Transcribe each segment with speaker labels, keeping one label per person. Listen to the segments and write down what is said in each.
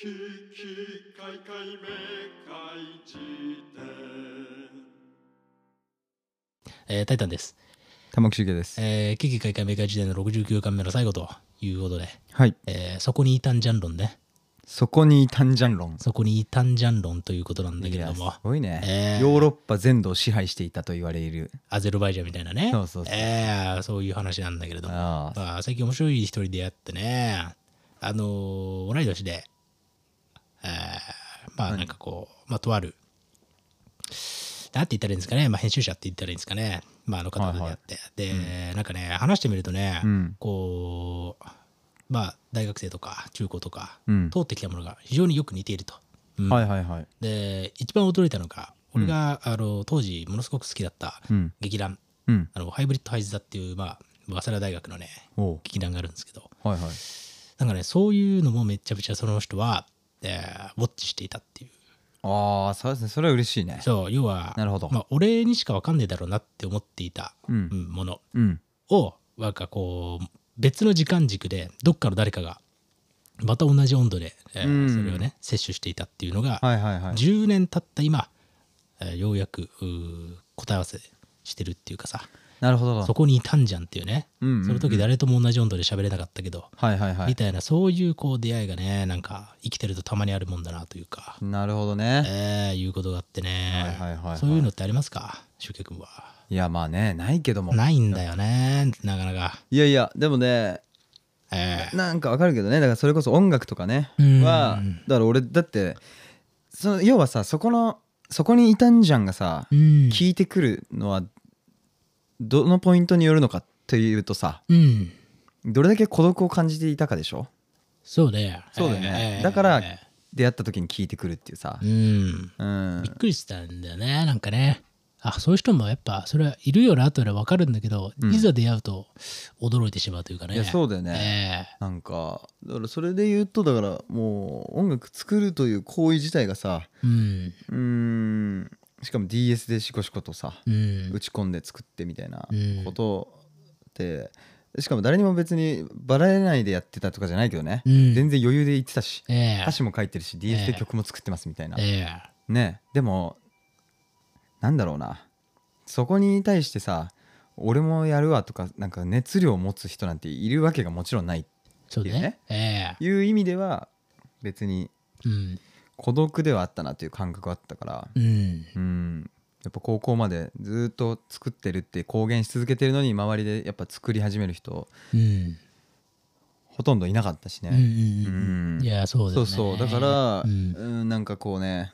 Speaker 1: ききかいかいめかいじ典
Speaker 2: えータイタンです。
Speaker 3: 玉木修介です。
Speaker 2: えー、危機開会メーカー時代の69巻目の最後ということで、
Speaker 3: はい。
Speaker 2: えーそこに異端ジャン論ね。
Speaker 3: そこに単ジャン論。
Speaker 2: そこに異端ジャン論ということなんだけれど
Speaker 3: い
Speaker 2: も
Speaker 3: やす、ごいね、
Speaker 2: えー
Speaker 3: ヨーロッパ全土を支配していたと言われる。
Speaker 2: アゼルバイジャンみたいなね。
Speaker 3: そうそうそう
Speaker 2: えーそういう話なんだけれども、
Speaker 3: ああ、
Speaker 2: まあ、最近面白い人に出会ってね、あのー同い年で、えーまあなんかこう、まあとある、なんて言ったらいいんですかね、まあ、編集者って言ったらいいんですかね、まあ、あの方と出会って、で、なんかね、話してみるとね、
Speaker 3: うん
Speaker 2: こう、まあ大学生とか中高とか、
Speaker 3: うん
Speaker 2: 通ってきたものが非常によく似ていると。うん
Speaker 3: はいはいはい。
Speaker 2: で、一番驚いたのが、俺が、あの当時ものすごく好きだった
Speaker 3: うん
Speaker 2: 劇団、
Speaker 3: うん。
Speaker 2: あのハイブリッドハイズダっていう、まあ、早稲田大学のね、
Speaker 3: おう
Speaker 2: 劇団があるんですけど、
Speaker 3: はいはい。
Speaker 2: なんかね、そういうのもめちゃくちゃその人は、えーウォッチしていたっていう。
Speaker 3: ああ、そうですね。それは嬉しいね。
Speaker 2: そう、要は、
Speaker 3: なるほど
Speaker 2: まあ、俺にしかわかんねえだろうなって思っていた、
Speaker 3: うん
Speaker 2: うんもの
Speaker 3: うん。
Speaker 2: を、なんかこう、別の時間軸で、どっかの誰かが、また同じ温度で、えー
Speaker 3: うん
Speaker 2: それをね、摂取していたっていうのが、
Speaker 3: はいはいはい。
Speaker 2: 10年経った今、えーようやくうー答え合わせしてるっていうかさ、
Speaker 3: なるほど。
Speaker 2: そこにいたんじゃんっていうね、
Speaker 3: うんうんうん
Speaker 2: その時誰とも同じ温度で喋れなかったけど、
Speaker 3: はいはいは
Speaker 2: み
Speaker 3: い。
Speaker 2: たいなそういうこう出会いがねなんか生きてるとたまにあるもんだなというか、
Speaker 3: なるほどね。
Speaker 2: えーいうことがあってね、
Speaker 3: はいはいはいはい
Speaker 2: そういうのってありますか集客部はい
Speaker 3: やまあね、ないけども。
Speaker 2: ないんだよねなかなか、
Speaker 3: いやいや、でもね、
Speaker 2: えー
Speaker 3: なんかわかるけどねだからそれこそ音楽とかね
Speaker 2: うん
Speaker 3: はだから俺だってその要はさそこのそこにいたんじゃんがさ
Speaker 2: うん
Speaker 3: 聞いてくるのはどのポイントによるのかというとさ
Speaker 2: うん
Speaker 3: どれだけ孤独を感じていたかでしょ
Speaker 2: そうね
Speaker 3: そうだよね
Speaker 2: えー
Speaker 3: だから
Speaker 2: え
Speaker 3: 出会った時に聞いてくるっていうさ
Speaker 2: ーうん
Speaker 3: うん
Speaker 2: びっくりしたんだよねなんかねあそういう人もやっぱそれはいるよなとは分かるんだけど、
Speaker 3: うん
Speaker 2: いざ出会うと驚いてしまうというかね
Speaker 3: いやそううだよね
Speaker 2: ね、
Speaker 3: なんかだからそれで言うとだからもう音楽作るという行為自体がさ
Speaker 2: えーうん
Speaker 3: うーんしかも DS でシコシコとさ
Speaker 2: うん
Speaker 3: 打ち込んで作ってみたいな
Speaker 2: うん
Speaker 3: ことでしかも誰にも別にバラれないでやってたとかじゃないけどね、
Speaker 2: うん
Speaker 3: 全然余裕で言ってたし
Speaker 2: ええ
Speaker 3: 歌詞も書いてるし
Speaker 2: え
Speaker 3: DS で曲も作ってますみたいな、
Speaker 2: ええ
Speaker 3: ねでもなんだろうなそこに対してさ俺もやるわとかなんか熱量を持つ人なんているわけがもちろんない
Speaker 2: そうだ
Speaker 3: いいよ
Speaker 2: ね
Speaker 3: ね
Speaker 2: ええ
Speaker 3: いう意味では別に
Speaker 2: うん
Speaker 3: 孤独ではあったなという感覚はあったから
Speaker 2: うん
Speaker 3: うん、やっぱ高校までずっと作ってるって公言し続けてるのに周りでやっぱ作り始める人
Speaker 2: うん
Speaker 3: ほとんどいなかったし
Speaker 2: うんうん
Speaker 3: ね、
Speaker 2: うん
Speaker 3: うん
Speaker 2: いやそうだ
Speaker 3: そ
Speaker 2: よ
Speaker 3: う
Speaker 2: ね
Speaker 3: そうだから、
Speaker 2: う
Speaker 3: うんんなんかこうね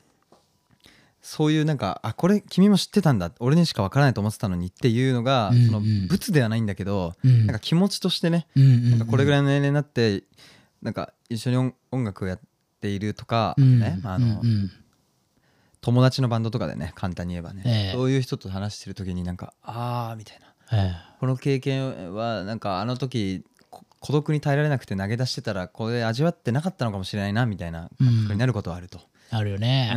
Speaker 3: そういうなんかあこれ君も知ってたんだ俺にしか分からないと思ってたのにっていうのが、
Speaker 2: うんうん
Speaker 3: その物ではないんだけど、
Speaker 2: うん
Speaker 3: なんか気持ちとしてね
Speaker 2: うん
Speaker 3: なんかこれぐ
Speaker 2: い
Speaker 3: らいの年齢になってなんか一緒に音音楽をやっているとか、ねまああの
Speaker 2: うんうん
Speaker 3: 友達のバンドとかでね簡単に言えばね、
Speaker 2: ええ
Speaker 3: そういう人と話してる時になんかあーみたいな
Speaker 2: え
Speaker 3: この経験はなんかあの時こ孤独に耐えられなくて投げ出してたらこれ味わってなかったのかもしれないなみたいな
Speaker 2: えう
Speaker 3: 感覚に
Speaker 2: ん
Speaker 3: なることはあると、
Speaker 2: あるよ
Speaker 3: うん
Speaker 2: ね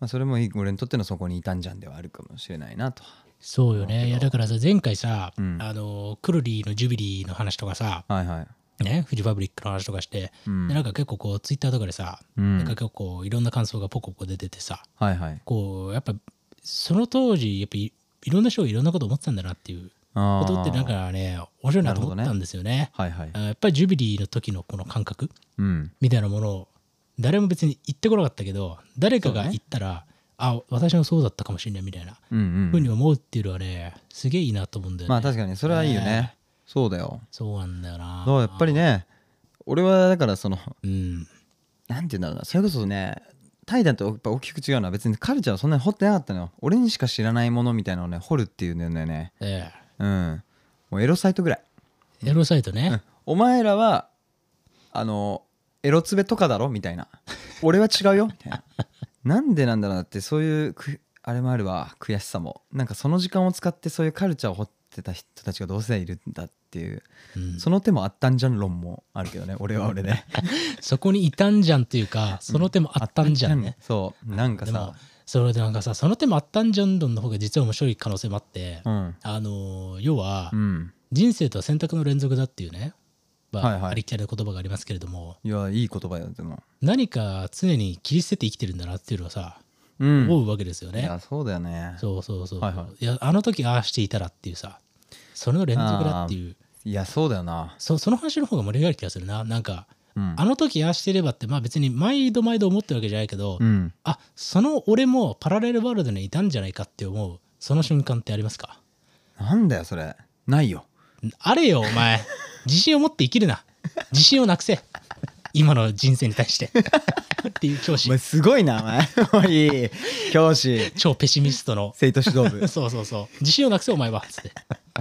Speaker 3: まあ、それもいい俺にとってのそこにいたんじゃんではあるかもしれないなと
Speaker 2: そうよ
Speaker 3: なる
Speaker 2: ね
Speaker 3: ほど
Speaker 2: いやだからさ前回さ
Speaker 3: うん
Speaker 2: あのクルリーのジュビリーの話とかさ
Speaker 3: はいはい、
Speaker 2: ねフジファブリックの話とかして
Speaker 3: うん
Speaker 2: でなんか結構こうツイッターとかでさ
Speaker 3: うん
Speaker 2: なんか結構こういろんな感想がポコポコ出ててさ
Speaker 3: はいはい
Speaker 2: こうやっぱその当時やっぱいいろんな人がいろんなこと思ってたんだなっていうこ
Speaker 3: あ
Speaker 2: とってなん
Speaker 3: ー
Speaker 2: かね面白いなと思ったんですよね。
Speaker 3: はいはい
Speaker 2: あやっぱりジュビリーの時のこの感覚
Speaker 3: うん
Speaker 2: みたいなものを誰も別に言ってこなかったけど誰かが
Speaker 3: そうね
Speaker 2: 言ったら、あ私もそうだったかもしれないみたいな
Speaker 3: うん
Speaker 2: ふ
Speaker 3: う
Speaker 2: うんに思うっていうのはねすげえいいなと思うんだよね。
Speaker 3: まあ確かにそれはいいよね、そうだよ
Speaker 2: そうなんだよな。
Speaker 3: だからやっぱりね俺はだからその
Speaker 2: うん。
Speaker 3: なんて言うんだろうなそれこそねタイだとやっぱ大きく違うのは別にカルチャーをそんなに掘ってなかったのよ俺にしか知らないものみたいなのをね掘るっていうんだよね
Speaker 2: え
Speaker 3: うんもうエロサイトぐらい、
Speaker 2: えエロサイトね。
Speaker 3: うん、お前らはあのエロツベとかだろみ たいな俺は違うよみたいななんでなんだろうなってそういうくあれもあるわ悔しさもなんかその時間を使ってそういうカルチャーを掘ってた人たちがどうせいるんだっていう
Speaker 2: うん
Speaker 3: その手もあったんじゃん論もあるけどね俺は俺で
Speaker 2: そこにいたんじゃんっていうかその手もあったんじゃんね。
Speaker 3: そうなんか
Speaker 2: でも
Speaker 3: さ
Speaker 2: それでなんかさその手もあったんじゃんどんの方が実は面白い可能性もあって、
Speaker 3: うん
Speaker 2: あのー要は
Speaker 3: うん
Speaker 2: 人生とは選択の連続だっていうねま
Speaker 3: はい
Speaker 2: あ、
Speaker 3: はい
Speaker 2: ありきたりな言葉がありますけれども
Speaker 3: いやいい言葉よでも
Speaker 2: 何か常に切り捨てて生きてるんだなっていうのはさ
Speaker 3: うん
Speaker 2: 思うわけですよ
Speaker 3: い
Speaker 2: ね、
Speaker 3: やそうだよね
Speaker 2: そうそうそう、
Speaker 3: はい
Speaker 2: い
Speaker 3: は
Speaker 2: やあの時ああしていたらっていうさそれの連続だっていう
Speaker 3: いやそうだよな
Speaker 2: そその話の方が盛り上がる気がするななんか
Speaker 3: うん
Speaker 2: あの時ああしてればってまあ別に毎度毎度思ってるわけじゃないけど、
Speaker 3: うん
Speaker 2: あその俺もパラレルワールドにいたんじゃないかって思うその瞬間ってありますか
Speaker 3: なんだよそれないよ
Speaker 2: あれよお 前自信を持って生きるな自信をなくせ今の人生に対してっていう教
Speaker 3: お
Speaker 2: 師
Speaker 3: 前すごいなお前 いい教師
Speaker 2: 超ペシミストの
Speaker 3: 生徒指導部
Speaker 2: そうそうそう自信をなくせお前はつって、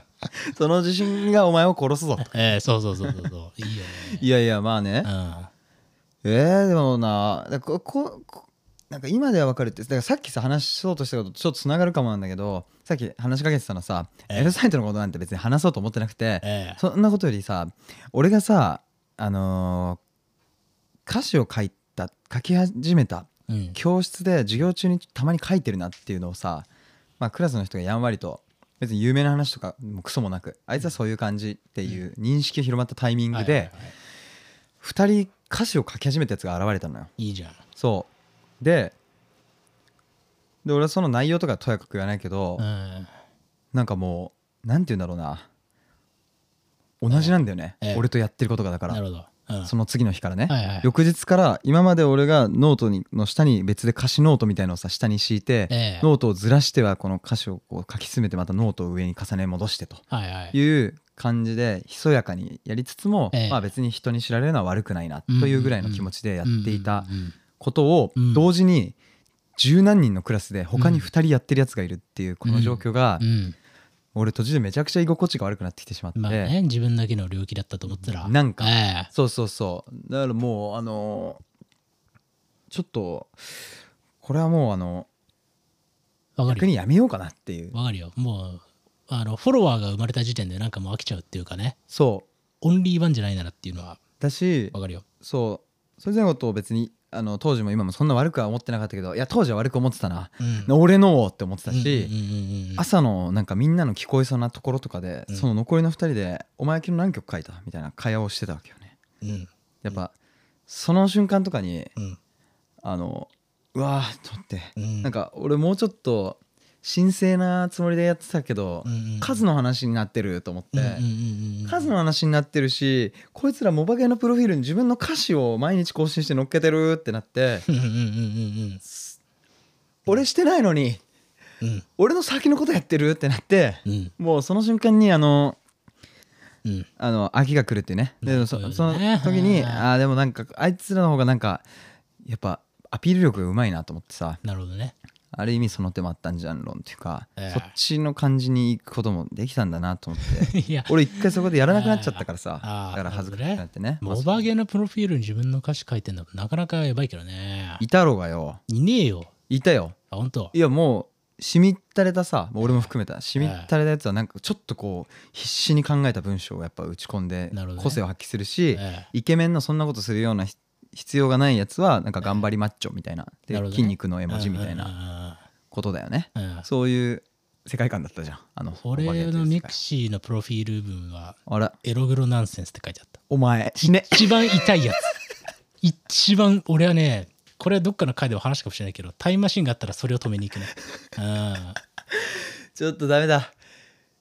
Speaker 3: その自信がお前を殺すぞ
Speaker 2: えーそうそうそうそうそういいよね
Speaker 3: いやいやまあね
Speaker 2: うん
Speaker 3: えー、でもなだこここなんか今では分かるってだからさっきさ話そうとしたこととちょっとつながるかもなんだけどさっき話しかけてたのさ
Speaker 2: ええ
Speaker 3: L サイトのことなんて別に話そうと思ってなくて、
Speaker 2: ええ
Speaker 3: そんなことよりさ俺がさあのー歌詞を書いた書き始めた
Speaker 2: うん
Speaker 3: 教室で授業中にたまに書いてるなっていうのをさ、まあ、クラスの人がやんわりと別に有名な話とかもクソもなくあいつはそういう感じっていう認識が広まったタイミング
Speaker 2: はいはい
Speaker 3: で
Speaker 2: は
Speaker 3: 2人歌詞を書き始めたやつが現れたのよ。
Speaker 2: いいいじゃん
Speaker 3: そうでで俺はその内容とかとやかく言わないけど、
Speaker 2: うん
Speaker 3: なんかもうなんて言うんだろうな同じなんだよね、
Speaker 2: ええ
Speaker 3: 俺とやってることがだか
Speaker 2: な
Speaker 3: ら
Speaker 2: るほどうん
Speaker 3: その次の日からね、
Speaker 2: はいはい
Speaker 3: 翌日から今まで俺がノートにの下に別で歌詞ノートみたいのをさ下に敷いて、
Speaker 2: ええ
Speaker 3: ノートをずらしてはこの歌詞をこう書き進めてまたノートを上に重ね戻してと
Speaker 2: はいはい
Speaker 3: いう感じでひそやかにやりつつも、
Speaker 2: ええ
Speaker 3: まあ、別に人に知られるのは悪くないなというぐらいの気持ちでやっていた
Speaker 2: うんうんうん
Speaker 3: ことを
Speaker 2: うん
Speaker 3: 同時に十何人のクラスで他に2人やってるやつがいるっていうこの状況が
Speaker 2: うん
Speaker 3: 俺途中でめちゃくちゃ居心地が悪くなってきてしまって、
Speaker 2: まあね、自分だけの領域だったと思ったら。
Speaker 3: なんか
Speaker 2: え
Speaker 3: そうそうそうだからもうあのーちょっとこれはもうあの
Speaker 2: えわか
Speaker 3: 逆
Speaker 2: るよ。
Speaker 3: にやめようかなっていう
Speaker 2: わかるよ。もう、あの、フォロワーが生まれた時点でなんかもう飽きちゃうっていうかね、
Speaker 3: そう
Speaker 2: オンリーワンじゃないならっていうのは
Speaker 3: だし
Speaker 2: わかるよ。
Speaker 3: そうそれ以外のことを別にあの当時も今もそんな悪くは思ってなかったけどいや当時は悪く思ってたな、
Speaker 2: うん。
Speaker 3: 俺のをって思ってたし、
Speaker 2: うんうんうんうん
Speaker 3: 朝のなんかみんなの聞こえそうなところとかで、
Speaker 2: うん
Speaker 3: その残りの2人で「お前昨日何曲書いた?」みたいな会話をしてたわけよね
Speaker 2: うん
Speaker 3: やっぱ、その瞬間とかに
Speaker 2: うん
Speaker 3: あのうわーと思って、
Speaker 2: うん
Speaker 3: なんか俺もうちょっと神聖なつもりでやってたけど、
Speaker 2: うんうん
Speaker 3: 数の話になってると思って、
Speaker 2: うんうんうんうん
Speaker 3: 数の話になってるしこいつらモバゲーのプロフィールに自分の歌詞を毎日更新して載っけてるってなって
Speaker 2: うんうんうんうん
Speaker 3: 俺してないのに
Speaker 2: うん
Speaker 3: 俺の先のことやってるってなって
Speaker 2: うん
Speaker 3: もうその瞬間にあの
Speaker 2: うん
Speaker 3: あの秋が来るっていうねで
Speaker 2: ね
Speaker 3: そ
Speaker 2: そう
Speaker 3: その
Speaker 2: よね
Speaker 3: 時に
Speaker 2: うん
Speaker 3: あーでもなんかあいつらの方がなんかやっぱアピール力がうまいなと思ってさ
Speaker 2: なるほどね。
Speaker 3: ある意味その手もあったんじゃん論っていうか、
Speaker 2: ええ
Speaker 3: そっちの感じに行くこともできたんだなと思って
Speaker 2: いや、
Speaker 3: 俺一回そこでやらなくなっちゃったからさ
Speaker 2: あー
Speaker 3: だから恥ずかしくなってね
Speaker 2: モバゲーのプロフィールに自分の歌詞書いてんのなかなかやばいけどね。
Speaker 3: いたろうがよ
Speaker 2: いねえよ。
Speaker 3: いたよ
Speaker 2: あ、ほんと。
Speaker 3: いやもうしみったれたさもう俺も含めたしみったれたやつはなんかちょっとこう必死に考えた文章をやっぱ打ち込んで
Speaker 2: なるほどね
Speaker 3: 個性を発揮するし、
Speaker 2: え
Speaker 3: イケメンのそんなことするようなひ必要がないやつはなんか頑張りマッチョみたいなで
Speaker 2: なるほどね
Speaker 3: 筋肉の絵
Speaker 2: え
Speaker 3: 文字みたいな
Speaker 2: な。
Speaker 3: ことだよね
Speaker 2: うんうんうんうん
Speaker 3: そういう世界観だったじゃんあの
Speaker 2: 俺
Speaker 3: お化けとい
Speaker 2: の
Speaker 3: う世
Speaker 2: ミ
Speaker 3: 界
Speaker 2: クシーのプロフィール文は
Speaker 3: あれ
Speaker 2: エログロナンセンスって書いてあった。
Speaker 3: お前死ね
Speaker 2: 一番痛いやつ。一番俺はね、これはどっかの回でも話したかもしれないけど、タイムマシンがあったらそれを止めに行くね。
Speaker 3: ちょっとダメだ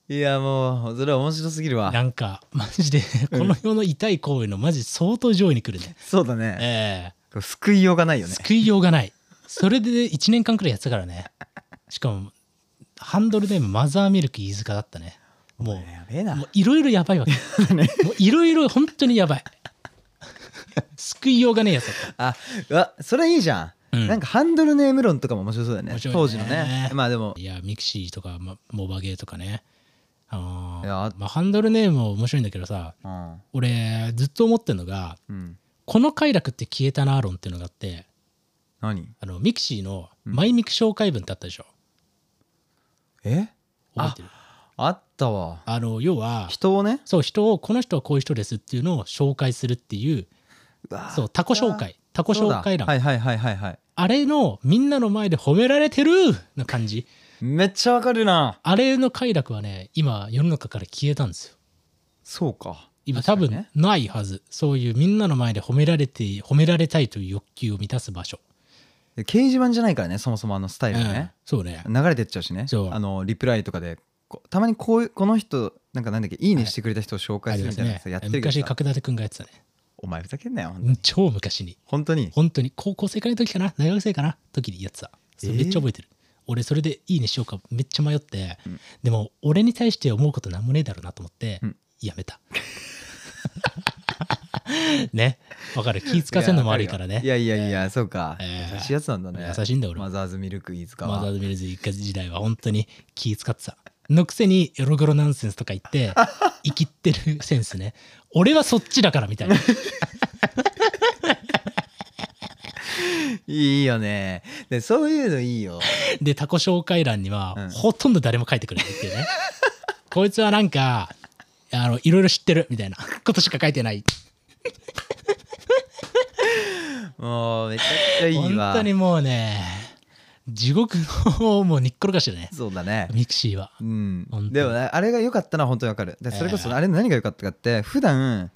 Speaker 3: いやもうそれは面白すぎる
Speaker 2: うん。
Speaker 3: わ
Speaker 2: なんか、マジで、この世の痛い行為のマジ相当上位に来るね。
Speaker 3: そうだね
Speaker 2: え
Speaker 3: これ救いようがない
Speaker 2: え
Speaker 3: よね
Speaker 2: 救いようがない。それで1年間くらいやってたからね。しかも、ハンドルネームマザーミルク飯塚だったね。もう、
Speaker 3: やべえな
Speaker 2: もういろいろや ばいわけ。もういろいろ本当にやばい。救いようがねえやつだった。
Speaker 3: あうわそれいいじゃん、
Speaker 2: うん
Speaker 3: なんかハンドルネーム論とかも面白そうだよね
Speaker 2: 面白いね
Speaker 3: 当時のねまあでも
Speaker 2: いや、ミクシーとか、ま、モバゲーとかね。あのー
Speaker 3: いや
Speaker 2: まあ、ハンドルネームも面白いんだけどさ、
Speaker 3: うん、
Speaker 2: 俺、ずっと思ってんのが、
Speaker 3: うん、
Speaker 2: この快楽って消えたな論っていうのがあって、
Speaker 3: 何
Speaker 2: あのミクシーのマイミク紹介文ってあったでしょ。
Speaker 3: え
Speaker 2: 覚えてる
Speaker 3: あったわ
Speaker 2: あの要は、
Speaker 3: 人をね
Speaker 2: そう、人を、この人はこういう人ですっていうのを紹介するっていう、
Speaker 3: うわ
Speaker 2: そう、タコ紹介、タコ
Speaker 3: そう
Speaker 2: 紹
Speaker 3: だ
Speaker 2: 介欄、
Speaker 3: はいはいはいはいはい
Speaker 2: あれのみんなの前で褒められてるな感じ。
Speaker 3: めっちゃわかるな
Speaker 2: あれの快楽はね、今、世の中から消えたんですよ。
Speaker 3: そうか
Speaker 2: 今多
Speaker 3: 確かに
Speaker 2: 分
Speaker 3: ね
Speaker 2: ないはず、そういうみんなの前で褒められて褒められたいという欲求を満たす場所、
Speaker 3: で掲示板じゃないからねそもそもあのスタイルが
Speaker 2: うん
Speaker 3: ね、
Speaker 2: そうね
Speaker 3: 流れてっちゃうしね
Speaker 2: そう
Speaker 3: あのリプライとかでこうたまにこういうこの人なんかなんだっけいいねしてくれた人を紹
Speaker 2: あ
Speaker 3: 介
Speaker 2: ります
Speaker 3: するみたいな
Speaker 2: ね
Speaker 3: さやってるけど
Speaker 2: 昔
Speaker 3: さ
Speaker 2: 角館くんがやってたね
Speaker 3: お前ふざけんなよ
Speaker 2: うん超昔に
Speaker 3: 本当に
Speaker 2: 本当に高校生くらいの時かな大学生かな時にやってたそれ
Speaker 3: えー
Speaker 2: めっちゃ覚えてる、俺それでいいねしようかめっちゃ迷って、でも俺に対して思うことなんもねえだろうなと思って、
Speaker 3: うん
Speaker 2: やめた ねわかる気使わせるのも悪いからね
Speaker 3: いやいやいや、そうか、
Speaker 2: えー
Speaker 3: 優しいやつなんだね
Speaker 2: 優しいんだよ俺
Speaker 3: マザーズミルク飯塚は
Speaker 2: マザーズ・ミルズ一家時代は本当に気使ってた。のくせにエログロナンセンスとか言 って、生きってるセンスね。俺はそっちだからみたいな。
Speaker 3: いいよねでそういうのいいよ
Speaker 2: で、他己紹介欄には、
Speaker 3: うん
Speaker 2: ほとんど誰も書いてくれないっていうね。 こいつはなんか、あの、いろいろ知ってるみたいなことしか書いてない。
Speaker 3: もうめちゃくちゃいいわ
Speaker 2: 本当にもうね、地獄のもうにっころかしてるね。
Speaker 3: そうだね
Speaker 2: ミクシーは。
Speaker 3: うん
Speaker 2: 本当に
Speaker 3: でもねあれが良かったのは本当にわかるでそれこ
Speaker 2: え
Speaker 3: そ
Speaker 2: ー
Speaker 3: あれ何が良かったかって普段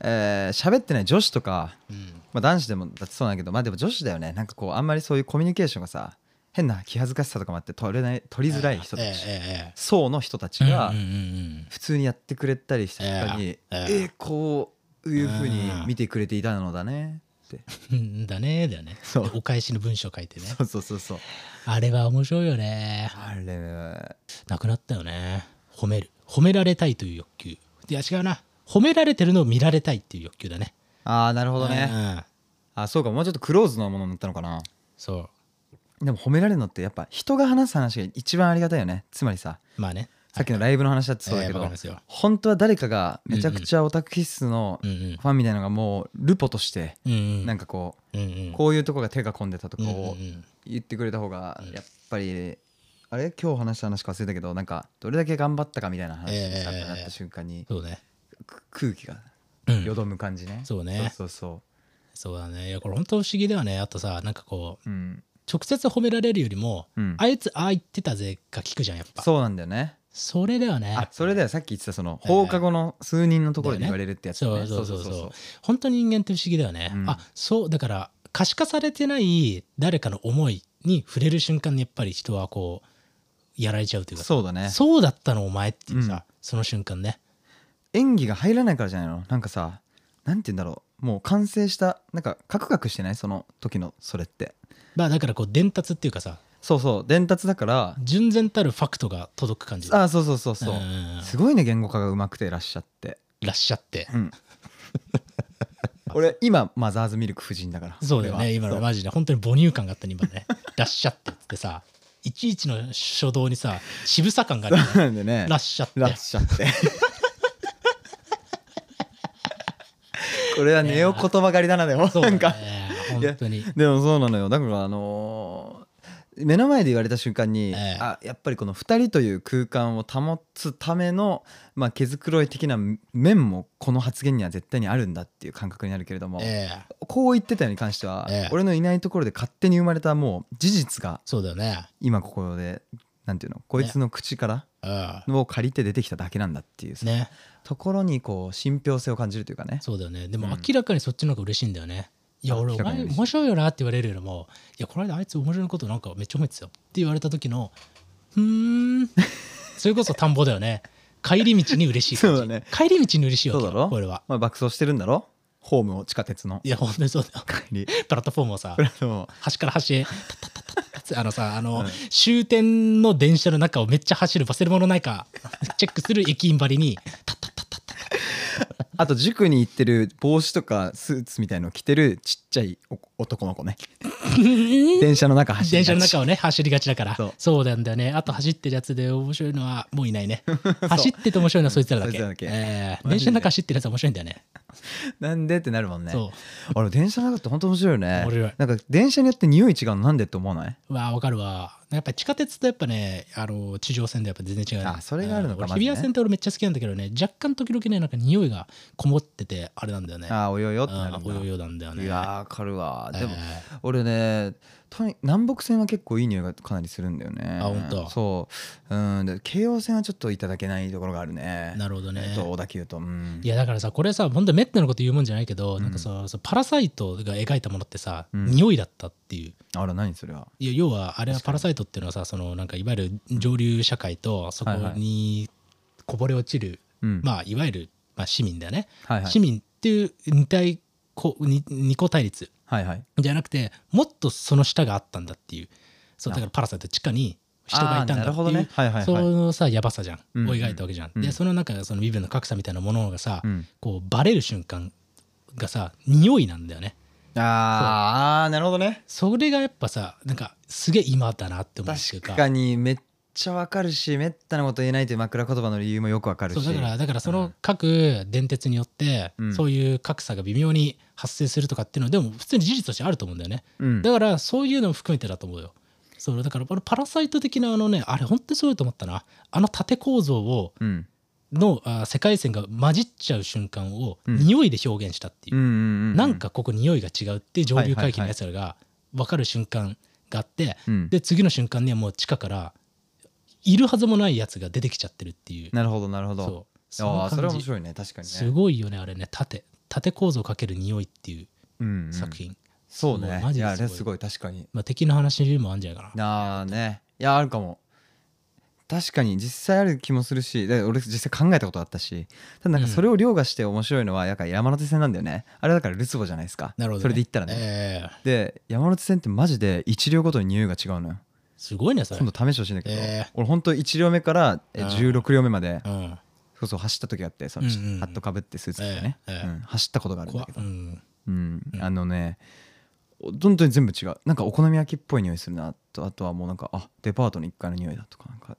Speaker 3: えー喋ってない女子とか、
Speaker 2: うん。
Speaker 3: まあ、男子でもだってそうなんだけどまあでも女子だよねなんかこうあんまりそういうコミュニケーションがさ変な気恥ずかしさとかもあって取れない取りづらい人
Speaker 2: ええ
Speaker 3: たち
Speaker 2: え
Speaker 3: 層の人たち
Speaker 2: えええ
Speaker 3: が、
Speaker 2: うんうんうん
Speaker 3: 普通にやってくれたりした人に、
Speaker 2: え
Speaker 3: え
Speaker 2: ーえー
Speaker 3: ーこういうふうに見てくれていたのだねって、
Speaker 2: うん。だねだよね。
Speaker 3: そう
Speaker 2: でお返しの文章書いてね。
Speaker 3: そうそうそうそう
Speaker 2: あれは面白いよね。
Speaker 3: あれは
Speaker 2: なくなったよね。褒める。褒められたいという欲求。いや、違うな。褒められてるのを見られたいっていう欲求だね。
Speaker 3: ああなるほど
Speaker 2: う
Speaker 3: ね
Speaker 2: ん。
Speaker 3: あそうかもうちょっとクローズのものになったのかな
Speaker 2: そ
Speaker 3: でも褒められるのってやっぱ人が話す話が一番ありがたいよねつまりさ
Speaker 2: う。まあね。
Speaker 3: さっきのライブの話だってそうだけ
Speaker 2: えーわ
Speaker 3: ど、
Speaker 2: かりますよ
Speaker 3: 本当は誰かがめちゃくちゃオタク気質の
Speaker 2: うん
Speaker 3: フ
Speaker 2: うん。
Speaker 3: ァンみたいなのがもうルポとして
Speaker 2: うんうん。
Speaker 3: なん
Speaker 2: か、
Speaker 3: かこ
Speaker 2: うんう。
Speaker 3: うんこういうとこが手が込んでたと
Speaker 2: う
Speaker 3: こ
Speaker 2: ん
Speaker 3: を
Speaker 2: うんうん
Speaker 3: 言ってくれた方がやっぱりあれ今日話した話か忘れたけどなんかどれだけ頑張ったかみたいな話に
Speaker 2: ええ
Speaker 3: なった瞬間に
Speaker 2: そうね。
Speaker 3: く空気が
Speaker 2: うん
Speaker 3: よどむ感じね
Speaker 2: そうね
Speaker 3: そうそうそ
Speaker 2: そうだね。いや、これ本当不思議だよね。あとさ、なんかこう、
Speaker 3: ううん
Speaker 2: 直接褒められるよりも、
Speaker 3: うん
Speaker 2: あいつ、ああ言ってたぜが聞くじゃん、やっぱ。
Speaker 3: そうなんだよね
Speaker 2: それだよね。
Speaker 3: あそれだよさっき言ってたその放課後の数人のところで言われるってやつだ
Speaker 2: そ
Speaker 3: ね
Speaker 2: うそうそうそう本当に人間って不思議だよね、
Speaker 3: うん
Speaker 2: あそうだから可視化されてない誰かの思いに触れる瞬間にやっぱり人はこうやられちゃうというか
Speaker 3: そうだね
Speaker 2: そうだったのお前っていうさ、
Speaker 3: うん
Speaker 2: その瞬間ね
Speaker 3: 演技が入らないからじゃないのなんかさなんて言うんだろうもう完成したなんかカクカクしてないその時のそれって
Speaker 2: まあだからこう伝達っていうかさ
Speaker 3: そうそう伝達だから
Speaker 2: 純然たるファクトが届く感じ
Speaker 3: あそうそうそうそううんすごいね言語化がうまくていらっしゃって
Speaker 2: らっしゃって
Speaker 3: うん 俺今マザーズミルク夫人だから
Speaker 2: そうだよね今
Speaker 3: 俺
Speaker 2: の
Speaker 3: は
Speaker 2: マジで本当に母乳感があったね今ね らっしゃってっつってさいちいちの初動にさ渋さ感があるよね
Speaker 3: そうなん でね
Speaker 2: らっしゃって
Speaker 3: らっしゃって これはネオ言葉狩りだなでも
Speaker 2: そうだ
Speaker 3: なん
Speaker 2: ね
Speaker 3: か
Speaker 2: 本当に
Speaker 3: でもそうなのよだからあのー目の前で言われた瞬間に、
Speaker 2: ええ
Speaker 3: あやっぱりこの2人という空間を保つための、まあ、毛づくろい的な面もこの発言には絶対にあるんだっていう感覚になるけれども、
Speaker 2: ええ
Speaker 3: こう言ってたよに関しては、
Speaker 2: ええ
Speaker 3: 俺のいないところで勝手に生まれたもう事実が
Speaker 2: そうだよね。
Speaker 3: 今ここでなんていうのこいつの口から
Speaker 2: う
Speaker 3: を借りて出てきただけなんだっていうさ
Speaker 2: ん。ね。
Speaker 3: ところにこう信憑性を感じるというかね
Speaker 2: そうだよね。でも
Speaker 3: うん
Speaker 2: 明らかにそっちの方が嬉しいんだよね。いや、俺、
Speaker 3: 明
Speaker 2: お
Speaker 3: らかに
Speaker 2: 前、
Speaker 3: 嬉しい
Speaker 2: 面白いよなって言われるよりも、いや、この間あいつ面白いことなんかめっちゃ褒めてたよって言われた時の、ふーん。それこそ田んぼだよね。帰り道に嬉しい感じ。
Speaker 3: そうだね
Speaker 2: 帰り道に嬉しい
Speaker 3: そ
Speaker 2: わ
Speaker 3: う
Speaker 2: け
Speaker 3: だ
Speaker 2: よ
Speaker 3: ろ、
Speaker 2: これは。
Speaker 3: まあ、爆走してるんだろホームを地下 鉄の
Speaker 2: いや、本当にそうだよ。
Speaker 3: 帰り
Speaker 2: プラットフォームをさ、
Speaker 3: でも
Speaker 2: 端から端へ、タタタタタタあのさ、あの、終点の電車の中をめっちゃ走る、忘れ物ないか、チェックする駅員ばりに、
Speaker 3: あと塾に行ってる帽子とかスーツみたいの着てるちっちゃいお男の 子ね電車の中走り
Speaker 2: 電
Speaker 3: がち
Speaker 2: 車の中をね走りがちだから
Speaker 3: そう
Speaker 2: そうなんだよねあと走ってるやつで面白いのはもういない ね走ってて面白いのはそいつらだけ
Speaker 3: そいつらだけ
Speaker 2: ええ
Speaker 3: マジで
Speaker 2: 電車の中走ってるやつは面白いんだよね
Speaker 3: なんでってなるもんね
Speaker 2: そ
Speaker 3: あれ電車の中って本当面白いよね
Speaker 2: 面白い
Speaker 3: なんか電車によって匂い違うのなんでって思わないう
Speaker 2: わあわかるわやっぱ地下鉄とやっぱねあの地上線でやっぱ全然違うね
Speaker 3: あそれがあるのか
Speaker 2: うん
Speaker 3: まず
Speaker 2: 俺日比
Speaker 3: ね
Speaker 2: 谷線って俺めっちゃ好きなんだけどね若干時々ねなんか匂いがこもっててあれなんだよね
Speaker 3: ああおよよってなるんだ
Speaker 2: うんおよよなんだよね
Speaker 3: いやわかるわでも
Speaker 2: え
Speaker 3: 俺ねとに南北線は結構いい匂いがかなりするんだよね
Speaker 2: あほんと
Speaker 3: そううんで京王線はちょっといただけないところがあるね
Speaker 2: ーなるほどね
Speaker 3: えっと小田急とうん
Speaker 2: いやだからさこれさ本当にめったなこと言うもんじゃないけど、なんかさそうパラサイトが描いたものってさ、
Speaker 3: うん
Speaker 2: 匂いだったっていう
Speaker 3: あら何それはい
Speaker 2: や要はあれはパラサイトっていうのはさそのなんかいわゆる上流社会とそこ
Speaker 3: はいはい
Speaker 2: にこぼれ落ちる、
Speaker 3: うん
Speaker 2: まあいわゆる、まあ、市民だよね、
Speaker 3: はいはい
Speaker 2: 市民っていう二体こ二二個対立
Speaker 3: はいはい
Speaker 2: じゃなくてもっとその下があったんだっていうそうだからパラサイト地下に人がいたんだ
Speaker 3: あーなる
Speaker 2: って
Speaker 3: ほ
Speaker 2: いう、
Speaker 3: どねはいはい
Speaker 2: そ
Speaker 3: はい
Speaker 2: のさやばさじゃん、
Speaker 3: うんうん
Speaker 2: を描いたわけじゃん、
Speaker 3: う
Speaker 2: で
Speaker 3: ん
Speaker 2: その中でその身分の格差みたいなものがさ、
Speaker 3: うん
Speaker 2: こうバレる瞬間がさ匂いなんだよね
Speaker 3: あーあーなるほどね
Speaker 2: それがやっぱさなんかすげえ今だなって思うっていう
Speaker 3: 確かにめっちゃわかるしめったなこと言えないという枕言葉の理由もよくわかるし
Speaker 2: そうだからだからその各電鉄によって、
Speaker 3: うん
Speaker 2: そういう格差が微妙に発生するとかっていうのはでも普通に事実としてあると思うんだよね、
Speaker 3: うん
Speaker 2: だからそういうのも含めてだと思うよそうだからあのパラサイト的なあのねあれ本当にすごいと思ったなあの縦構造を
Speaker 3: うん
Speaker 2: のあ世界線が混じっちゃう瞬間を
Speaker 3: うん
Speaker 2: 匂いで表現したっていう
Speaker 3: う、んうんう
Speaker 2: なんかここ匂いが違うって上流階級のやつらが分かる瞬間があって、
Speaker 3: うん
Speaker 2: で次の瞬間にはもう地下からいるはずもないやつが出てきちゃってるっていう
Speaker 3: なるほどなるほど
Speaker 2: そうその
Speaker 3: ああそれは
Speaker 2: 感
Speaker 3: 面
Speaker 2: じ
Speaker 3: 白いね確かにね
Speaker 2: すごいよねあれね縦縦構造かける匂いっていう
Speaker 3: うんうん
Speaker 2: 作品、
Speaker 3: そ
Speaker 2: す
Speaker 3: う
Speaker 2: ごい
Speaker 3: ね
Speaker 2: マ
Speaker 3: い
Speaker 2: ジですごい
Speaker 3: やあれすごい確かに
Speaker 2: まあ敵の話にもあるんじゃないかな
Speaker 3: ああねいやあるかも確かに実際ある気もするしで俺実際考えたことあったしただなんか
Speaker 2: うん
Speaker 3: それを凌駕して面白いのはやっぱ山手線なんだよねあれだからルツボじゃないですか
Speaker 2: なるほどね、
Speaker 3: それで言ったらね、
Speaker 2: ええ
Speaker 3: で山手線ってマジで1両ごとに匂いが違うのよ
Speaker 2: すごいねそれ
Speaker 3: 今度試してほしいんだけど、
Speaker 2: えー
Speaker 3: 俺ほんと1両目からえ
Speaker 2: うん
Speaker 3: 16両目まで
Speaker 2: うん
Speaker 3: そうそう走った時があってそ
Speaker 2: うん
Speaker 3: の
Speaker 2: うんうん
Speaker 3: ハットかぶってスーツ着てね、
Speaker 2: えーえー
Speaker 3: うん走ったことがあるん
Speaker 2: 怖
Speaker 3: だ
Speaker 2: っ
Speaker 3: けど
Speaker 2: う、ん
Speaker 3: うん、あのね本当に全部違うなんかお好み焼きっぽい匂いするなとあとはもうなんかあデパートの1階の匂いだとかなんか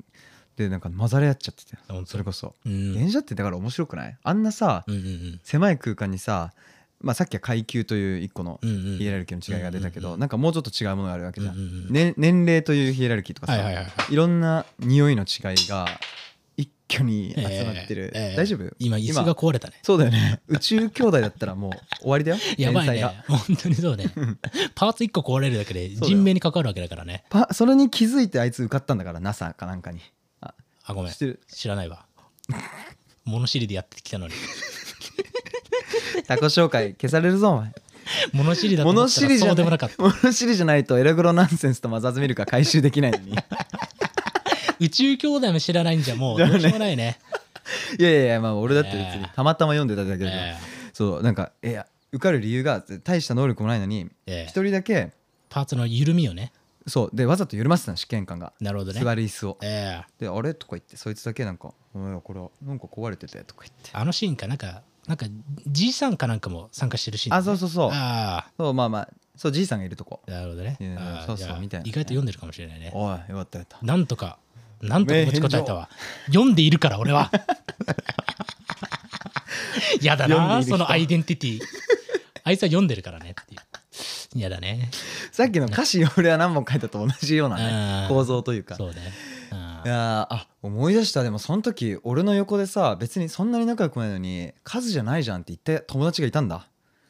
Speaker 3: でなんか混ざり合っちゃってて
Speaker 2: 本当
Speaker 3: それこそ、
Speaker 2: うん
Speaker 3: 電車ってだから面白くないあんなさ、
Speaker 2: うんうん
Speaker 3: 狭い空間にさ、まあ、さっきは階級という1個の
Speaker 2: うんうん
Speaker 3: ヒエラルキーの違いが出たけど、なんかもうちょっと違うものがあるわけじゃん、
Speaker 2: うんうんうん
Speaker 3: ね年齢というヒエラルキーとかさ、
Speaker 2: はいはいはいはい
Speaker 3: ろんな匂いの違いが一挙に集まってる、
Speaker 2: ええええ
Speaker 3: 大丈夫
Speaker 2: 今椅子が壊れたね
Speaker 3: そうだよね宇宙兄弟だったらもう終わりだよ
Speaker 2: やばい
Speaker 3: 連載が
Speaker 2: ね本当にそう ねパーツ1個壊れるだけで
Speaker 3: そうだよ
Speaker 2: 人命に関わるわけだからね
Speaker 3: パそれに気づいてあいつ受かったんだから NASA かなんかにあ
Speaker 2: あごめん
Speaker 3: 知ってる
Speaker 2: 知らないわ物知りでやってきたのに
Speaker 3: タコ紹介消されるぞお前
Speaker 2: 物知りだと思
Speaker 3: 物
Speaker 2: った
Speaker 3: 知
Speaker 2: ら
Speaker 3: りじ
Speaker 2: そ
Speaker 3: ゃ
Speaker 2: うでも
Speaker 3: な
Speaker 2: ないかった
Speaker 3: 物知りじゃないとエラグロナンセンスとマザーズミルクは回収できない のにい
Speaker 2: 宇宙兄弟も知らないんじゃもうどうしようもないね
Speaker 3: やいやいやまあ俺だって別に
Speaker 2: ええ
Speaker 3: たまたま読んでただけで、
Speaker 2: え
Speaker 3: そうなんかいや受かる理由が大した能力もないのに
Speaker 2: ええ
Speaker 3: 一人だけ
Speaker 2: パーツの緩みをね
Speaker 3: そうでわざと緩ませてたの試験官が
Speaker 2: なるほどね
Speaker 3: 座る椅子を
Speaker 2: ええ
Speaker 3: であれとか言ってそいつだけなんか「おいこれはなんか壊れてて」とか言って
Speaker 2: あのシーンかなんかなんかじいさんかなんかも参加してるシーン
Speaker 3: あそうそうそう
Speaker 2: あ
Speaker 3: そうまあまあそうじいさんがいるとこ
Speaker 2: あなるほどね
Speaker 3: いやいや
Speaker 2: ああ
Speaker 3: そうそう
Speaker 2: じゃあ
Speaker 3: みたいなね
Speaker 2: 意外と読んでるかもしれないね
Speaker 3: おいよかったよかった
Speaker 2: なんとかなんとか持ちこたえたわ読んでいるから俺 はやだ
Speaker 3: 読んでい
Speaker 2: な
Speaker 3: る人
Speaker 2: そのアイデンティティあいつは読んでるからねっていうやだね
Speaker 3: さっきの歌詞俺は何本書いたと同じような
Speaker 2: うん
Speaker 3: ね構造というか。
Speaker 2: そうねうん
Speaker 3: いやーあ思い出したでもその時俺の横でさ別にそんなに仲良くないのに数じゃないじゃんって言って友達がいたんだ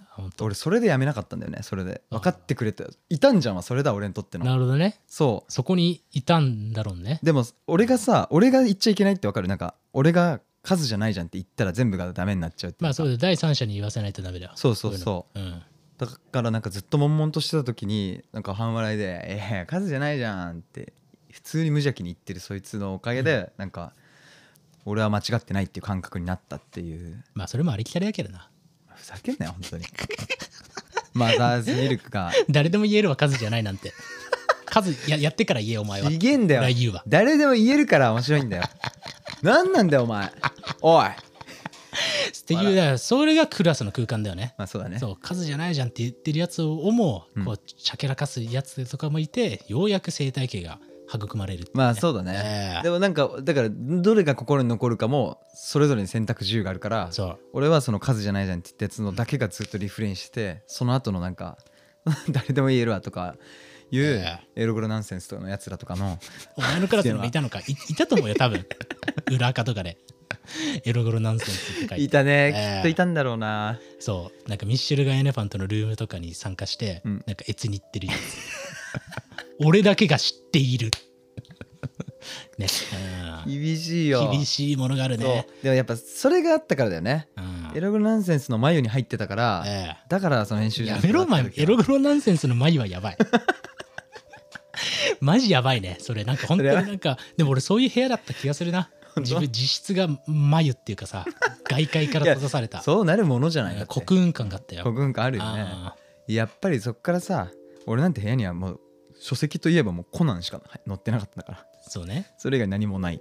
Speaker 2: 本当
Speaker 3: 俺それでやめなかったんだよねそれで
Speaker 2: あ
Speaker 3: 分かってくれていたんじゃんはそれだ俺にとっての
Speaker 2: なるほどね
Speaker 3: そ
Speaker 2: そこにいたんだろうね
Speaker 3: うでも俺がさ俺が言っちゃいけないって分かるなんか俺が数じゃないじゃんって言ったら全部がダメになっちゃうっていうか
Speaker 2: まあそうだよ第三者に言わせないとダメだよ
Speaker 3: そうそうそう
Speaker 2: いうのうん
Speaker 3: だからなんかずっと悶々としてた時になんか半笑いで「ええ数じゃないじゃん」って普通に無邪気に言ってるそいつのおかげでなんか俺は間違ってないっていう感覚になったっていう
Speaker 2: まあそれもありきたりだけどな
Speaker 3: ふざけんなよ本 当にマザーズミルクが
Speaker 2: 誰でも言えるは数じゃないなんて 数ややってから言えお前は
Speaker 3: ひげんだよ
Speaker 2: 俺は言うわ
Speaker 3: 誰でも言えるから面白いんだよ何なんだよお前おい
Speaker 2: っていうだからそれがクラスの空間だよね
Speaker 3: まあそうだね
Speaker 2: そう数じゃないじゃんって言ってるやつをも
Speaker 3: うん
Speaker 2: こうちゃけらかすやつとかもいてようやく生態系が育まれるっていうね
Speaker 3: まあそうだね、
Speaker 2: ええ
Speaker 3: でもなんかだからどれが心に残るかもそれぞれに選択自由があるから
Speaker 2: そう
Speaker 3: 俺はその数じゃないじゃんって言ったやつのだけがずっとリフレインしてその後のなんか 誰でも言えるわとかいう
Speaker 2: え
Speaker 3: エログロナンセンスとかのやつらとかの
Speaker 2: お前のクラスにもいたのかいいたと思うよ多分裏垢とかでエロゴロナンセンスって書いて
Speaker 3: いたね、
Speaker 2: ええ
Speaker 3: きっといたんだろうな
Speaker 2: そうなんかミッシェルガン・エレファントのルームとかに参加して、
Speaker 3: うん
Speaker 2: なんか越に行ってるやつ 俺だけが知ってい るね、うん
Speaker 3: 厳しいよ
Speaker 2: 厳しいものがあるね
Speaker 3: そうでもやっぱそれがあったからだよね
Speaker 2: うん
Speaker 3: エログナンセンスの眉に入ってたから、
Speaker 2: え
Speaker 3: だからその編
Speaker 2: え
Speaker 3: 集者
Speaker 2: や
Speaker 3: の
Speaker 2: め
Speaker 3: 人
Speaker 2: ろ
Speaker 3: だっ
Speaker 2: お
Speaker 3: たわ
Speaker 2: 前
Speaker 3: け
Speaker 2: エ
Speaker 3: よ
Speaker 2: ログロナンセンスの眉はや ばいマジやばいねそれなんか本当になんかでも俺そういう部屋だった気がするな
Speaker 3: 当
Speaker 2: 自分実質が眉っていうかさ外界から閉ざされた
Speaker 3: そうなるものじゃないだって
Speaker 2: コクーン感があったよ
Speaker 3: 国軍感あるよね
Speaker 2: あ
Speaker 3: やっぱりそっからさ俺なんて部屋にはもう書籍といえばもうコナンしかはい載ってなかったんだから
Speaker 2: ーそうね
Speaker 3: それ以外何もない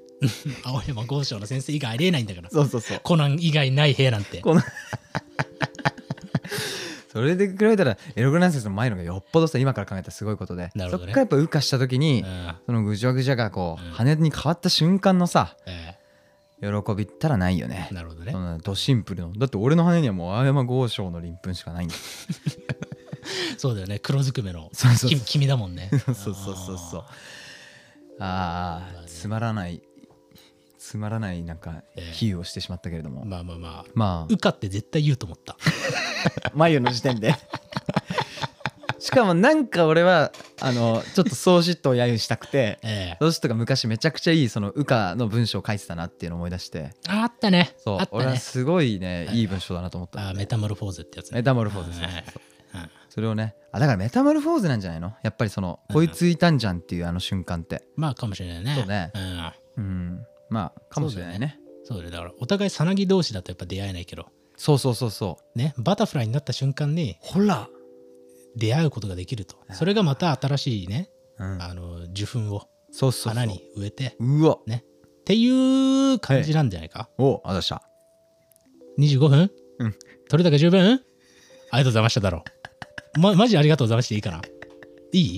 Speaker 2: 青山豪昌の先生以外ありえないんだから
Speaker 3: そうそうそう
Speaker 2: コナン以外ない部屋なんて
Speaker 3: コナンそれで比べたらエログナンセンスの前のがよっぽどさ今から考えたらすごいことで、
Speaker 2: なる
Speaker 3: そ
Speaker 2: ほど
Speaker 3: っか
Speaker 2: ね
Speaker 3: らやっぱ羽化した時に、
Speaker 2: うん
Speaker 3: そのぐじゃぐじゃがこう、
Speaker 2: うん
Speaker 3: 羽に変わった瞬間のさ
Speaker 2: え
Speaker 3: 喜びったらないよね
Speaker 2: えなるほどね
Speaker 3: そのドシンプルのだって俺の羽にはもう青山豪昌の鱗粉しかないんだ
Speaker 2: そうだよね黒ずくめの
Speaker 3: そうそうそ
Speaker 2: き
Speaker 3: う
Speaker 2: 君だもんね
Speaker 3: そうそうそうそうああつまらないつまらないなんか
Speaker 2: ええ
Speaker 3: 比喩をしてしまったけれども、
Speaker 2: あーまあまあまあ
Speaker 3: ま
Speaker 2: うかって絶対言うと思った
Speaker 3: あ眉の時点で しかもなんか俺はあのちょっと宗師と揶揄したくて
Speaker 2: ええ
Speaker 3: 宗師とが昔めちゃくちゃいいその羽化の文章を書いてたなっていうのを思い出して
Speaker 2: ああったね
Speaker 3: そう、
Speaker 2: あった
Speaker 3: 俺は
Speaker 2: ね
Speaker 3: すごいねいい文章だなと思った
Speaker 2: あーメタモルフォーゼってやつね
Speaker 3: メタモルフォーゼ
Speaker 2: はい
Speaker 3: そう
Speaker 2: はいはい
Speaker 3: それをねあだからメタモルフォーゼなんじゃないのやっぱりその「こいついたんじゃん」っていうあの瞬間って
Speaker 2: まあかもしれないね
Speaker 3: そうね
Speaker 2: ん
Speaker 3: うんまあかもしれないね
Speaker 2: そうだよだからお互いさなぎ同士だとやっぱ出会えないけど
Speaker 3: そうそうそうそう。
Speaker 2: ねバタフライになった瞬間に
Speaker 3: ほら、
Speaker 2: 出会うことができるとそれがまた新しいね
Speaker 3: うん、
Speaker 2: あの受粉を
Speaker 3: そうそうそう。
Speaker 2: 花に植えて
Speaker 3: うわ。
Speaker 2: ねっていう感じなんじゃないか、
Speaker 3: おあざした。
Speaker 2: 25分
Speaker 3: うん
Speaker 2: 取れたか十分ありがとうございましただろう。ま、マジありがとうございましたでいいかないい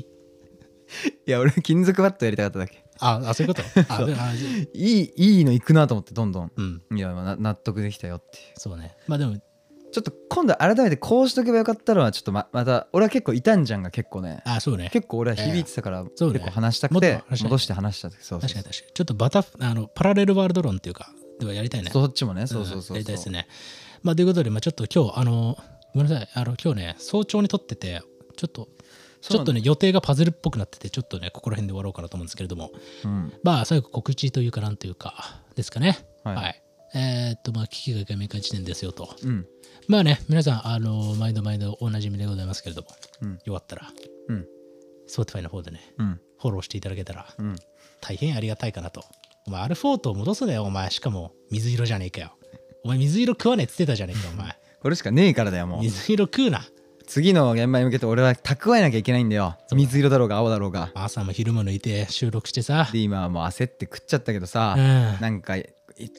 Speaker 3: いや、俺、金属バットやりたかっただけ。
Speaker 2: あ、あそう いうことああじゃ
Speaker 3: いい、いいの行くなと思って、どんどん。
Speaker 2: うん、
Speaker 3: いや、まあな納得できたよっていう。
Speaker 2: そうね。まあでも、
Speaker 3: ちょっと今度改めてこうしとけばよかったのは、ちょっとままた、俺は結構いたんじゃんが結構ね、
Speaker 2: あ、そうね。
Speaker 3: 結構俺は響いてたから、
Speaker 2: そうね
Speaker 3: 結構話したく
Speaker 2: もっと
Speaker 3: て
Speaker 2: 話、したい
Speaker 3: 戻して話したんだけどそうそう
Speaker 2: 確かに確かに。ちょっとバタフあの、パラレルワールド論っていうか、ではやりたいね。
Speaker 3: そっちもね、そうそうそうそう。
Speaker 2: んやりたいですね。まあということで、まあちょっと今日、あの、ごめんなさい、あの、今日ね、早朝に撮ってて、ちょっと、ち
Speaker 3: そ
Speaker 2: ょ
Speaker 3: う
Speaker 2: っ
Speaker 3: なん
Speaker 2: と
Speaker 3: だ
Speaker 2: ね、予定がパズルっぽくなってて、ちょっとね、ここら辺で終わろうかなと思うんですけれども、
Speaker 3: うん。
Speaker 2: まあ、最後告知というか、なんというか、ですかね。は。
Speaker 3: はいい
Speaker 2: えーっと、まあ、危機が明快時点ですよと。
Speaker 3: うん。
Speaker 2: まあね、皆さん、あの毎度毎度おなじみでございますけれども、
Speaker 3: うん
Speaker 2: よかったら、
Speaker 3: うん。
Speaker 2: Spotify の方でね、
Speaker 3: うん。
Speaker 2: フォローしていただけたら、
Speaker 3: うん。
Speaker 2: 大変ありがたいかなと。お前、アルフォートを戻すなよ、お前。しかも、水色じゃねえかよ。お前、水色食わねえって言ってたじゃねえか、お前。
Speaker 3: これしかねえからだよ、もう。
Speaker 2: 水色食うな。
Speaker 3: 次の現場に向けて俺は蓄えなきゃいけないんだよ。水色だろうが青だろうが。
Speaker 2: 朝も昼も抜いて収録してさ。
Speaker 3: で今はもう焦って食っちゃったけどさ、
Speaker 2: うん
Speaker 3: なんかいっ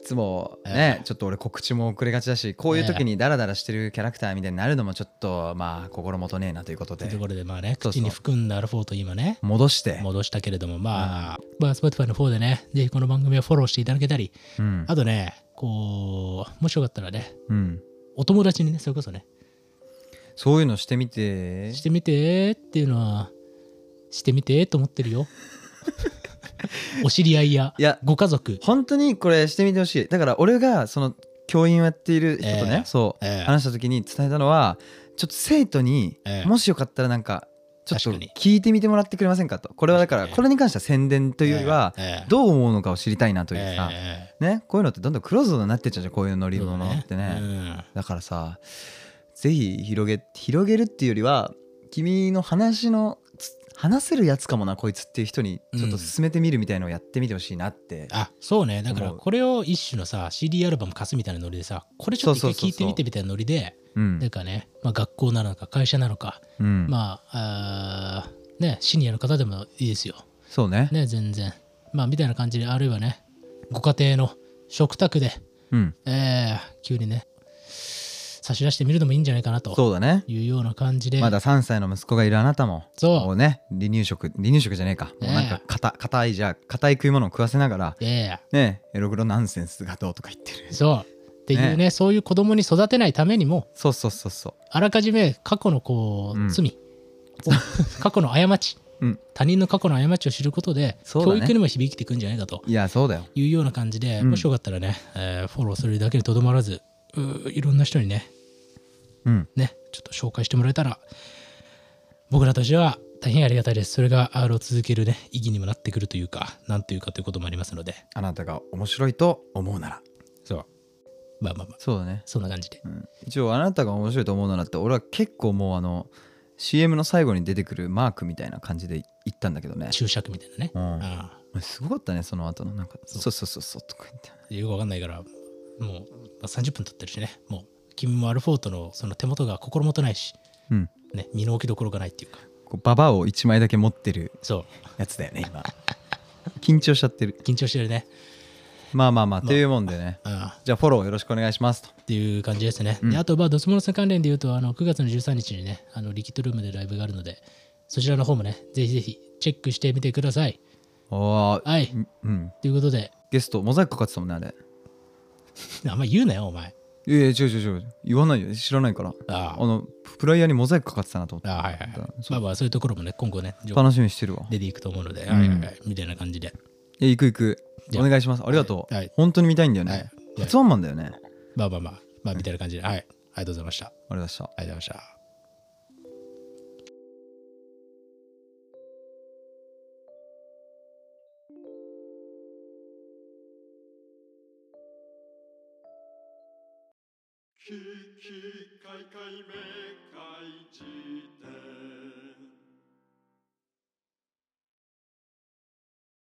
Speaker 3: つもね、ちょっと俺告知も遅れがちだしこういう時にダラダラしてるキャラクターみたいになるのもちょっとまあ心もとねえなということ
Speaker 2: という
Speaker 3: で
Speaker 2: ところで、まあね、
Speaker 3: そうそう
Speaker 2: 口に含んだアルフォートを今ね、
Speaker 3: 戻して、
Speaker 2: 戻したけれども、まあ、まあ、Spotify の方でね、ぜひこの番組をフォローしていただけたり、
Speaker 3: うん
Speaker 2: あとね、こう、もしよかったらね、
Speaker 3: うん、
Speaker 2: お友達にね、それこそね、
Speaker 3: そういうのしてみて
Speaker 2: してみてっていうのは、してみてと思ってる よ。お知り合いや
Speaker 3: いや
Speaker 2: ご家族。
Speaker 3: 本当にこれしてみてほしいだから俺がその教員をやっている人とね、
Speaker 2: ええ
Speaker 3: そう、
Speaker 2: ええ
Speaker 3: 話した時に伝えたのはちょっと生徒に、
Speaker 2: ええ
Speaker 3: もしよかったらなんかちょっと
Speaker 2: 確かに
Speaker 3: 聞いてみてもらってくれませんかとこれはだから
Speaker 2: 確かに
Speaker 3: これに関しては宣伝というよりは、
Speaker 2: ええ
Speaker 3: どう思うのかを知りたいなというさ、
Speaker 2: え
Speaker 3: ね、こういうのってどんどんクローズドになってっちゃうじゃんこういう乗
Speaker 2: え
Speaker 3: り物ってね
Speaker 2: うん
Speaker 3: だからさぜひ広げ広げるっていうよりは君の話のつ話せるやつかもなこいつっていう人にちょっと進めてみるみたいのをやってみてほしいなって、
Speaker 2: あそうねだから
Speaker 3: 思う
Speaker 2: これを一種のさ CD アルバム貸すみたいなノリでさこれちょっと一
Speaker 3: そう
Speaker 2: 回
Speaker 3: そうそうそう
Speaker 2: 聞いてみてみたいなノリで
Speaker 3: うん
Speaker 2: なんかね、まあ、学校なのか会社なのか、
Speaker 3: うん
Speaker 2: まああーねシニアの方でもいいですよ
Speaker 3: そうね
Speaker 2: ね全然まあみたいな感じであるいはねご家庭の食卓で
Speaker 3: うん、
Speaker 2: えー急にね差し出してみるのもいいんじゃないかなと
Speaker 3: そうだね
Speaker 2: いうような感じで
Speaker 3: まだ3歳の息子がいるあなたも
Speaker 2: そう
Speaker 3: もうね離乳食離乳食じゃねえかもうなんか
Speaker 2: ねえ
Speaker 3: 硬硬いじゃ硬い食い物を食わせながら
Speaker 2: え
Speaker 3: ねエログロナンセンスがどうとか言ってる
Speaker 2: えそうっていうねそういう子供に育てないためにも
Speaker 3: そうそうそうそ
Speaker 2: あらかじめ過去のこう、
Speaker 3: うん
Speaker 2: 罪過去の過ち
Speaker 3: ううん
Speaker 2: 他人の過去の過ちを知ることで、
Speaker 3: そうだ
Speaker 2: 教
Speaker 3: ね
Speaker 2: 育にも響いていくんじゃないかと
Speaker 3: いやそうだよ
Speaker 2: いうような感じで、
Speaker 3: うん
Speaker 2: もしよかったらね、えーフォローするだけにとどまらずうーいろんな人にね
Speaker 3: うん
Speaker 2: ねちょっと紹介してもらえたら僕らとしては大変ありがたいですそれが R を続けるね意義にもなってくるというかなんというかということもありますので
Speaker 3: あなたが面白いと思うなら
Speaker 2: そうまあまあまあ
Speaker 3: そうだね、
Speaker 2: そんな感じで
Speaker 3: うん、一応あなたが面白いと思うならって俺は結構もうあの CM の最後に出てくるマークみたいな感じで言ったんだけどね、
Speaker 2: 注釈みたいなね、
Speaker 3: うん
Speaker 2: ああ
Speaker 3: すごかったねその後のなんかそうそうそうそうとか言って
Speaker 2: よくわかんないからもうまあ30分経ってるしねもう君もアルフォートのその手元が心もとないし、
Speaker 3: うん
Speaker 2: ね、身の置きどころがないっていうか
Speaker 3: こうババアを1枚だけ持ってる
Speaker 2: そ
Speaker 3: やつだよね今緊張しちゃってる
Speaker 2: う緊張してるね
Speaker 3: まあまあまあっていうもんでね
Speaker 2: ああ
Speaker 3: じゃあフォローよろしくお願いしますと
Speaker 2: っていう感じですね。
Speaker 3: うん
Speaker 2: であと、まあ、ドスモノさん関連で言うと、あの9月の13日にね、あのリキッドルームでライブがあるので、そちらの方もね、ぜひぜひチェックしてみてください。
Speaker 3: ああ
Speaker 2: はい
Speaker 3: うん
Speaker 2: ということで、
Speaker 3: ゲストモザイクかかってたもんねあれ
Speaker 2: あんま言うなよ、お前。
Speaker 3: いやいや違う違う違う言わないよ知らないから
Speaker 2: あ
Speaker 3: あのフライヤーにモザイクかかってたなと思
Speaker 2: あ、
Speaker 3: っ
Speaker 2: ああはいはいはい。
Speaker 3: そ
Speaker 2: まあまあ、そういうところもね、今後ね、情
Speaker 3: て
Speaker 2: 報
Speaker 3: 楽しみにしてるわ
Speaker 2: 出ていくと思うので、
Speaker 3: ん
Speaker 2: はいはいはい、みたいな感じで。
Speaker 3: いや行く行く
Speaker 2: じゃ
Speaker 3: お
Speaker 2: あ
Speaker 3: 願いしますありがとう、
Speaker 2: はい
Speaker 3: 本当に見たいんだよね、
Speaker 2: はい
Speaker 3: 初ワンマンだよねありがとう
Speaker 2: まあまあまあ、まあ、みたいな感じで、はい。ありがとうございました。あ
Speaker 3: ございました
Speaker 2: りがとうございました。
Speaker 1: ききかいかいめかいじて